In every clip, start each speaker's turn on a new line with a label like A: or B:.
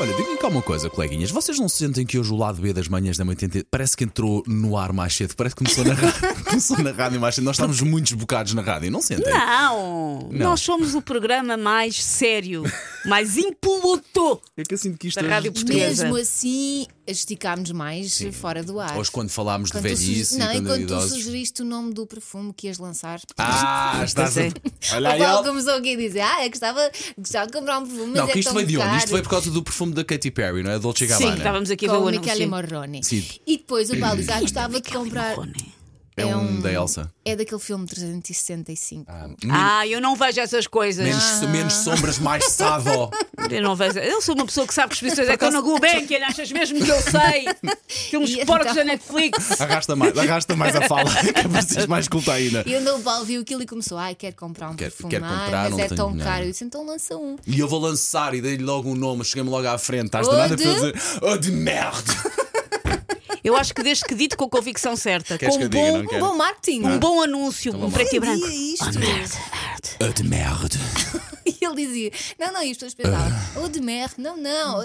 A: Olha, digam cá uma coisa, coleguinhas. Vocês não se sentem que hoje o lado B das manhãs da manhã parece que entrou no ar mais cedo? Parece que começou na, rádio, começou na rádio mais cedo. Nós estávamos muito desbocados na rádio, não sentem?
B: Não, nós somos o programa mais sério, mais impoluto
A: É que eu sinto que isto
B: da rádio portuguesa.
C: Mesmo assim, esticámos mais fora do ar.
A: Hoje, quando falámos
C: Quando
A: de
C: tu
A: velhice
C: suge- Não,
A: e
C: e
A: quando,
C: quando tu
A: idosos.
C: sugeriste o nome do perfume que ias lançar.
A: Ah, estás a.
B: Pois
A: Olha
C: O
A: aí,
C: Paulo
A: ó.
C: começou aqui a dizer: Ah, eu gostava, gostava de comprar um perfume. Mas
A: Não,
C: é
A: que isto
C: tão
A: veio de onde?
C: caro."
A: Isto veio por causa do perfume da Katy Perry, não é? Dolce
B: Sim,
A: Gabbana.
B: estávamos aqui a ver
C: com
B: o
C: o Michele
B: anúncio.
C: Morrone.
A: Sim.
C: E depois o Paulo diz: Ah, gostava de comprar.
B: Morrone.
A: é um da Elsa.
C: É daquele filme 365.
B: Ah, eu não vejo essas coisas.
A: Menos, menos sombras, mais sado.
B: Eu não vejo. Eu sou uma pessoa que sabe que as pessoas é que eu na Gulbenkian, achas mesmo que eu sei? Filmes
C: E
B: porcos da
C: então?
B: Netflix.
A: Arrasta mais, arrasta mais a fala, que é preciso mais culta ainda.
C: E onde o Paulo viu aquilo e começou: Ai, quero comprar um
A: Quero-
C: perfume.
A: quero
C: Ai,
A: comprar, não
C: mas é
A: tenho
C: tão
A: dinheiro."
C: caro. Eu disse: Então lança um.
A: E eu vou lançar e dei-lhe logo um nome, cheguei-me logo à frente, estás danada
C: Oh, de-
A: para dizer Oh de merda!
B: Eu acho que desde que dito com a convicção certa,
A: Queres
B: com
A: que eu diga?
B: um
A: Então
B: bom,
A: Não
C: Um
A: quero.
C: bom marketing.
B: um bom anúncio, um preto e branco.
C: Dizia isto.
A: Oh de merda! Ah.
C: E ele dizia: Não, não, e as pessoas pensavam: Ou de merda, não, não.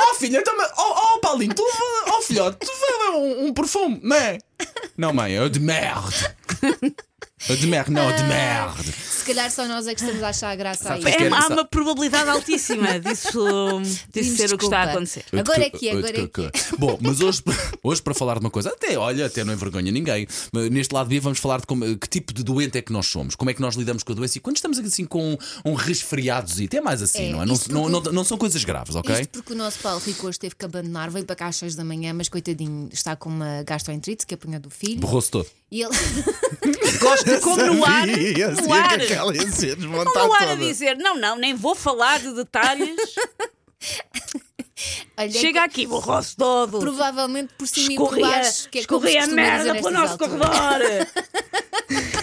A: Oh filha, então, mas- oh, oh Paulinho, tu oh filhote, tu vê um, um perfume, não é? Não, mãe, oh de merda! Oh de merda, não, oh, de
C: Ah,
A: merda!
C: Se calhar só nós é que estamos a achar a graça a
A: Sabes
C: isso.
A: que
B: É,
A: Quero
B: há
A: só-
B: uma probabilidade altíssima disso, disso
C: Pedimos
B: ser o que
C: desculpa.
B: está a acontecer.
C: Agora é que é,
A: Eu te-
C: agora é que é.
A: Bom, mas hoje, hoje para falar de uma coisa, até olha, até não envergonha ninguém. mas Neste lado B vamos falar de como- que tipo de doente é que nós somos, como é que nós lidamos com a doença e quando estamos assim com um, um resfriadozinho, até mais assim,
C: É,
A: não é? Não,
C: isto
A: não,
C: porque-
A: não- não são coisas graves, ok?
C: é Isto porque o nosso Paulo Rico hoje teve que abandonar, veio para cá às 6 da manhã, mas coitadinho, está com uma gastroenterite que apanhou do filho.
A: Borrou-se todo.
C: E ele.
B: Gosto como no ar,
A: Sabia,
B: no
A: sabia
B: ar,
A: que aquela ia ser desmontada
B: não há a
A: toda.
B: dizer, não, não, nem vou falar de detalhes.
C: Olha, é
B: Chega aqui, borroço todo.
C: Provavelmente por cima e por
B: Escorri a,
C: baixo, que é como
B: escorri
C: se
B: a
C: costuma dizer
B: merda
C: nestas
B: pelo nosso
C: alturas.
B: corredor.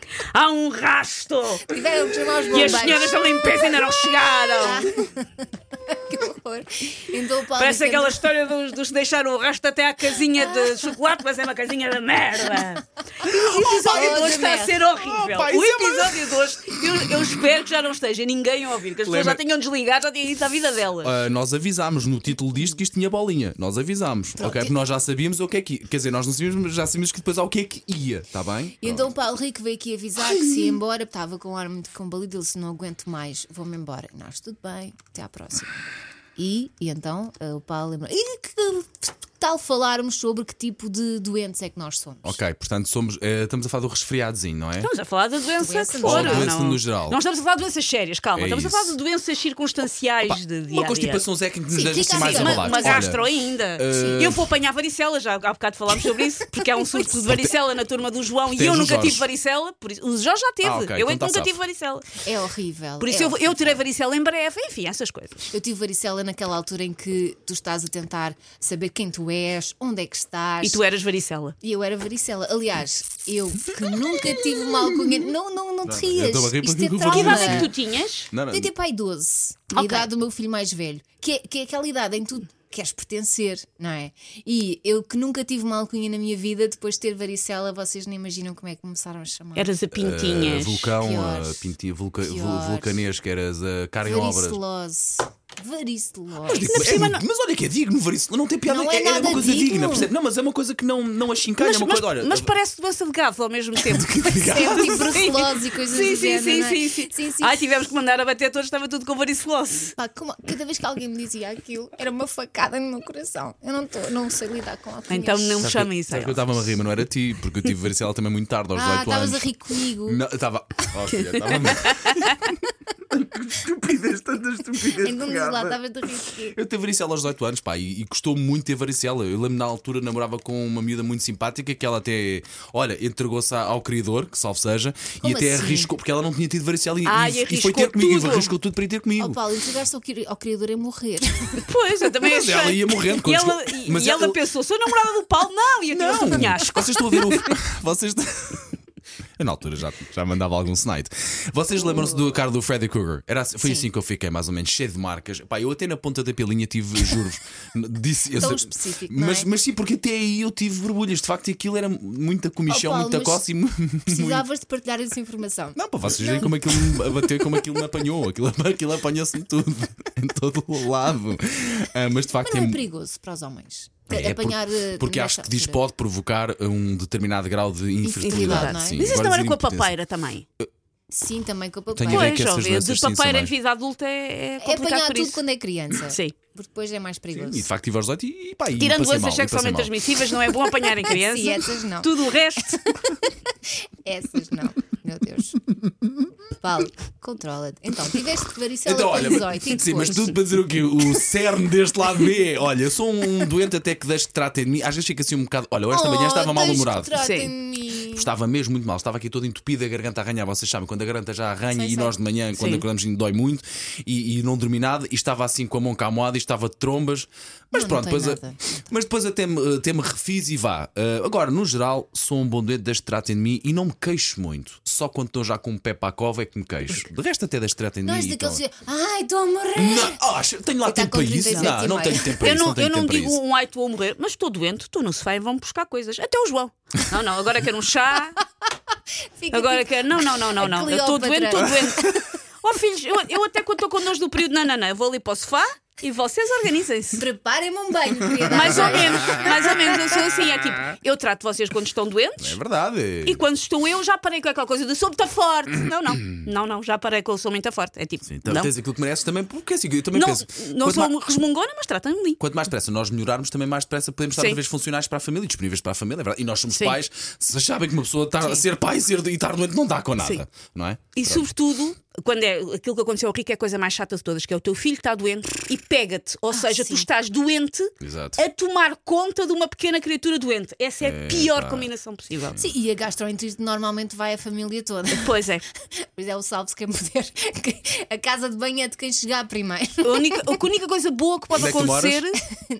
B: há um rasto.
C: Tiveram que chamar os
B: E as
C: bombeiros.
B: senhoras da limpeza ainda não
C: Ah,
B: chegaram.
C: Que horror. Então Ah. o Paulo
B: Parece
C: Rico
B: aquela história dos, dos deixar o resto até à casinha de chocolate, mas é uma casinha de merda. O episódio de hoje está a ser horrível.
A: pai,
B: o
A: isso é uma-
B: episódio de hoje, eu, eu espero que já não esteja ninguém a ouvir, que as pessoas
A: Lembra-
B: já tenham desligado, já tenham ido à vida delas.
A: Ah, nós avisámos no título disto que isto tinha bolinha. Nós avisámos, ok? Porque nós já sabíamos o que é que ia. Quer dizer, nós não sabíamos, mas já sabíamos que depois ao que é que ia, está bem?
C: E então o Paulo Rico veio aqui avisar que se ia embora, porque estava com o ar muito combalido, ele disse: Não aguento mais, vou-me embora. E nós, tudo bem, até à próxima. E, e então eh, o Paulo lembrou: E que tal falarmos sobre que tipo de doentes é que nós somos?
A: Ok, portanto somos, eh, estamos a falar do resfriadozinho, não é?
B: Estamos a falar de doença,
C: Doença
B: que
C: no
B: for.
C: geral.
A: Doença
B: não.
A: no geral.
B: não estamos a falar de doenças sérias, calma.
A: É
B: estamos
A: isso.
B: a falar de doenças circunstanciais de dia
A: Uma constipação é que nos
C: Sim,
A: deixa
C: fica
A: assim mais
C: assim, uma-
A: abalados.
B: uma
A: Olha, eh,
B: gastro ainda. Eu vou apanhar varicela, já há bocado falámos sobre isso, porque há um surto de varicela na turma do João e
A: é. Tens
B: eu
A: o
B: nunca
A: Jorge.
B: tive varicela. Por isso, o Jorge já teve,
A: Ah, ok, então
B: eu é que
A: tá
B: nunca
A: safe.
B: tive varicela.
C: É horrível.
B: Por isso
C: é
B: eu, eu
C: horrível.
B: terei varicela em breve, enfim, essas coisas.
C: Eu tive varicela naquela altura em que tu estás a tentar saber quem tu és, onde é que estás.
B: E tu eras varicela.
C: E eu era varicela. Aliás, eu que nunca tive uma alcunha. Não, não, não te
A: não, eu
C: rias.
A: estou a rir
C: Isto
A: porque
C: é
A: eu vou
C: trauma.
B: Que idade é
A: Sim.
B: que tu tinhas?
A: Não, não,
C: Eu tenho pai 12, a
B: Ok.
C: idade do meu filho mais velho, que é, que é aquela idade em que tu queres pertencer, não é? E eu que nunca tive uma alcunha na minha vida, depois de ter varicela, vocês nem imaginam como é que começaram a chamar.
B: Eras a pintinhas.
A: eh, vulcão,
C: Pior.
A: a pintinha, vulca,
C: Pior.
A: vul- vulcanesca, eras a cara em obras.
C: Varicelose.
A: Mas,
C: Varicelose.
A: digo, é muito- mas olha que é digno, varicelo. Não tem piada,
C: Não é
A: era uma
C: nada
A: coisa digna,
C: digno.
A: percebe? Não, mas é uma coisa que não, não achincalha, é
B: Mas,
A: uma
B: mas,
A: coisa. Olha,
B: mas parece doença de gado ao mesmo tempo.
C: É tipo brucelose e coisas
B: Sim,
C: do
B: sim,
C: género,
B: sim,
C: não é?
B: sim, sim.
C: Sim, sim.
B: Ai, tipo- tivemos que mandar a bater todos, estava tudo com varicelose.
C: Pá, como- cada vez que alguém me dizia aquilo, era uma facada no meu coração. Eu não, tô, não sei lidar com alcunhas.
B: Então não me
A: Sabe
B: chamem
A: que-
B: isso.
A: sabe
B: aí.
A: que eu estava a rir, mas não era ti, porque eu tive varicela também muito tarde, aos
C: Ah,
A: 18 anos.
C: estavas a rir comigo.
A: Não, estava. Oh, filha, estava. estupidez, tanta estupidez.
C: Então diz lá, estavas a rir comigo.
A: Eu tive varicela aos 18 anos, pá, e, e custou muito ter varicela. Eu lembro na altura namorava com uma miúda muito simpática que ela até, olha, entregou-se a- ao criador, que salve seja, e
C: Como
A: até
C: assim?
A: arriscou, porque ela não tinha tido varicela e,
B: Ai,
A: e- e
B: arriscou
A: foi ter comigo,
B: tudo.
A: e arriscou tudo para ir ter comigo.
C: Oh Paulo, entregaste ao, cri- ao criador a morrer.
B: Pois, eu também
A: Mas
B: achei.
A: ela ia morrendo quando
B: E ela,
A: chegou-
B: e-
A: Mas
B: e ela
A: ela-
B: pensou: sou namorada do Paulo? Não, e eu tive um penhasco.
A: Vocês estão a ver o. Vocês. Eu na altura já, já mandava algum snide. Vocês lembram-se do cara do Freddy Krueger? Era assim- foi assim que eu fiquei, mais ou menos, cheio de marcas. Pá, eu até na ponta da pilinha tive, juro disse eu
C: Tão
A: sei-
C: específico, não é?
A: Mas, mas sim, porque até aí eu tive borbulhas. De facto, e aquilo era muita comichão,
C: Oh, Paulo,
A: muita
C: mas
A: coça e mu- muito.
C: Precisavas de partilhar essa informação.
A: Não, para vocês verem como aquilo me bateu, como aquilo me apanhou. Aquilo, aquilo apanhou-se em tudo, em todo o lado. Ah, mas de facto
C: Mas não é
A: tem-
C: perigoso para os homens.
A: é,
C: apanhar.
A: por-
C: eh,
A: porque
C: nesta
A: acho que diz
C: altura.
A: pode provocar um determinado grau de
C: Infertilidade,
A: infertilidade.
C: não é?
A: sim.
B: Mas isso
A: Agora
B: não era
A: dizer
B: com a
A: impotência.
B: papeira também.
C: Sim, também com a
A: Tenho
C: papai.
A: ideia
B: Pois,
A: que essas
B: jovem,
A: doenças
B: de
A: sim, são
B: papeira em
A: mais.
B: vida adulta é, é
C: É
B: complicado
C: apanhar
B: por
C: tudo
B: isso.
C: quando é criança.
B: Sim.
C: Porque depois é mais perigoso.
A: E de facto tive aos 18 e, e pá, e passei
B: Tirando doenças
A: mal, e passei
B: sexualmente
A: mal.
B: transmissíveis, não é bom apanhar em criança.
C: Sim, essas não.
B: Tudo o resto.
C: Essas não. Meu Deus. Paulo, controla-te. Então, tiveste varicela
A: Então,
C: até
A: olha,
C: 18 e
A: sim, mas
C: depois?
A: tudo para dizer o quê? O cerne deste lado B é: olha, eu sou um doente até que deixo que tratem de mim. Às vezes fica assim um bocado. Olha, eu esta manhã
C: Oh,
A: estava
C: tens que
A: mal-humorado.
C: tratem
B: Sim.
C: de mim.
A: Estava mesmo muito mal, estava aqui todo entupido, a garganta arranhar, vocês sabem, quando a garganta já arranha
C: Sim,
A: e
C: sim.
A: nós de manhã, quando
B: Sim.
A: acordamos, ainda dói muito, e, e não dormi nada, e estava assim com a mão com a almohada e estava de trombas, mas
C: Não,
A: pronto,
C: não tem
A: depois, a-
C: nada.
A: mas depois até me, até me refiz e vá. Ah, agora, no geral, sou um bom doente, desde que tratem de mim e não me queixo muito, só quando estou já com o pé para a cova é que me queixo. De resto, até desde que tratem de
C: Não
A: mim.
C: és
A: e
C: daqueles.
A: tal.
C: que- Ai, estou a morrer.
A: Não, oh, acho- tenho lá
C: Está
A: tempo
C: com
A: para isso.
C: 37
A: Não,
C: e
A: não
C: meio.
A: tenho tempo para
B: Eu
A: isso.
B: não,
A: tenho
B: eu não
A: tempo para
B: digo
A: isso.
B: um ai, tu vou morrer, mas estou doente, tu não se vai, vão buscar coisas. Até o João. Não, não, agora quero um chá,
C: Fica
B: agora
C: tipo-
B: quero. Não, não, não, não, não. Eu estou doente, estou doente. Oh filhos, eu, eu até quando estou com nós do período, não, não, não, eu vou ali para o sofá e vocês organizem-se.
C: Preparem-me um banho, querida.
B: Mais ou menos, mais ou menos, eu sou assim, é tipo, eu trato vocês quando estão doentes
A: É verdade.
B: e quando estou eu já parei com aquela coisa de sou muito forte. Não, não, não, não, já parei com o sou muito forte. É tipo,
A: Então
B: não,
A: tens aquilo que mereces também, porque assim, eu também
B: não,
A: penso.
B: não
A: quanto
B: sou um
A: mais-
B: uma resmungona, mas tratam-me de mim.
A: Quanto mais depressa nós melhorarmos, também mais depressa podemos estar
B: Sim.
A: outra vez funcionais para a família e disponíveis para a família. é verdade. E nós somos
B: Sim.
A: pais, se sabem que uma pessoa está a ser pai e, ser, e estar doente não dá com nada,
B: Sim.
A: não é?
B: E sobretudo, quando é aquilo que aconteceu ao Rico é a coisa mais chata de todas, que é o teu filho está doente e pega-te. Ou seja,
C: Ah,
B: tu
C: sim.
B: estás doente
A: Exato.
B: a tomar conta de uma pequena criatura doente. Essa é a pior
A: pá.
B: combinação possível.
C: Sim, e a gastroenterite normalmente vai a família toda.
B: Pois é.
C: Pois é, o salve-se quem puder. A casa de banho é de quem chegar primeiro.
B: A única, a única coisa boa que pode
A: Onde é que tu
B: acontecer.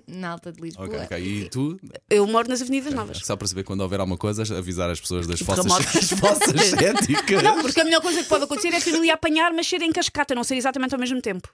C: Na alta de Lisboa.
A: Ok, ok. E tu,
B: Eu moro nas Avenidas Novas.
A: só para saber quando houver alguma coisa, avisar as pessoas das fossas,
B: Terremotos.
A: das fossas céticas.
B: Não, porque a melhor coisa que pode acontecer é a família apanhar, mas ser em cascata, não ser exatamente ao mesmo tempo.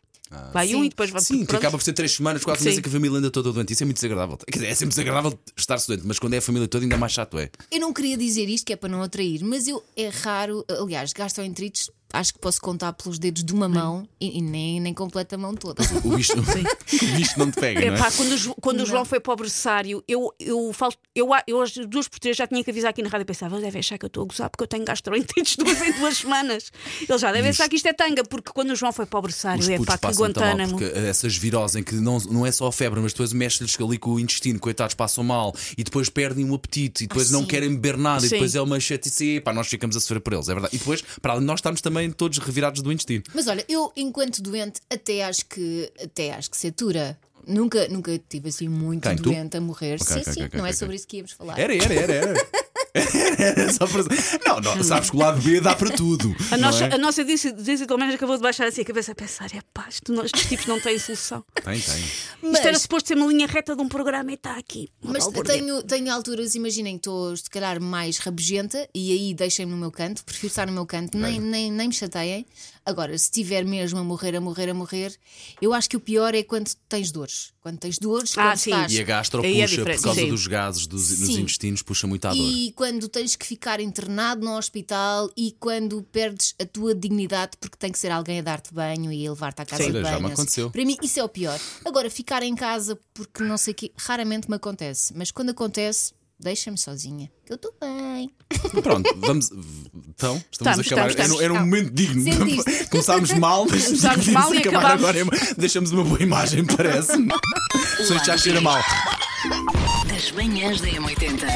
B: Vai um
C: Sim.
B: e depois vai
A: Ah, Sim, que
B: pronto.
A: acaba por ser três semanas, quatro meses
B: Sim.
A: em que a família anda toda doente. Isso é muito desagradável. Quer dizer, é sempre desagradável estar-se doente, mas quando é a família toda, ainda mais chato é.
C: Eu não queria dizer isto, que é para não atrair, mas eu é raro. Aliás, gastroenterites, acho que posso contar pelos dedos de uma mão e, e nem, nem completa a mão toda.
A: O bicho, o bicho não te pega,
B: É
A: não é?
B: pá, quando, o Jo- quando o João foi para o berçário, eu, eu, fal- eu, a- eu às duas por três já tinha que avisar aqui na rádio. Eu pensava, eles devem achar que eu estou a gozar porque eu tenho gastroenterites duas em duas semanas. Eles já devem achar que isto é tanga, porque quando o João foi para o
A: Os
B: berçário, é
A: putos
B: pá, que
A: passam tão mal
B: Guantánamo.
A: porque essas viroses em que não, não é só a febre, mas depois mexem-lhes ali com o intestino, coitados, passam mal e depois perdem o apetite e depois
C: Ah,
A: não
C: sim.
A: querem beber nada e
B: Sim.
A: depois é uma chatice, pá, nós ficamos a sofrer por eles, é verdade. E depois, para além de nós estamos também todos revirados do intestino.
C: Mas olha, eu, enquanto doente, até acho que, até acho que se atura. Nunca, nunca estive assim muito
A: Quem, tu?
C: doente a morrer.
A: Ok,
C: sim,
A: ok,
C: sim,
A: ok,
C: não é
A: ok,
C: sobre
A: ok.
C: isso que íamos falar.
A: Era, era, era, era. Era só para... Não, não, sabes que o lado B dá para tudo.
B: A
A: não
B: nossa,
A: é?
B: a nossa disse, disse pelo menos acabou de baixar assim a cabeça a pensar: é pá, isto não- estes tipos não têm solução.
A: Tem, tem.
C: Mas-
B: Isto era suposto ser uma linha reta de um programa e está aqui.
C: Mas
B: Moral por dentro.
C: tenho, tenho alturas, imaginem, que estou se calhar mais rabugenta e aí deixem-me no meu canto, prefiro estar no meu canto, nem, nem, nem me chateiem. Agora, se estiver mesmo a morrer, a morrer, a morrer, eu acho que o pior é quando tens dores. Quando tens dores,
B: Ah,
C: quando
B: sim.
C: estás.
A: E a gastro
B: Aí é
A: puxa por
B: diferente,
A: causa
B: sim.
A: dos gases dos, nos
C: Sim.
A: intestinos, puxa muito à dor.
C: E quando tens que ficar internado no hospital e quando perdes a tua dignidade porque tem que ser alguém a dar-te banho e a levar-te à casa
A: Sim.
C: de
A: Olha, já
C: banho.
A: me
C: não sei.
A: aconteceu.
C: Para mim, isso é o pior. Agora, ficar em casa porque não sei o quê, raramente me acontece. Mas quando acontece, deixa-me sozinha. que Eu estou bem.
A: Pronto, vamos. Então, estamos,
B: Estamos,
A: a acabar.
B: estamos,
A: Era- era, um
C: estamos.
A: momento digno.
C: Sentiste.
A: Começámos mal, mas
B: Começámos mal e
A: acabar
B: acabámos.
A: agora. é- Deixamos uma boa imagem, parece-me. Só isto já cheira mal.
D: Das manhãs da M80.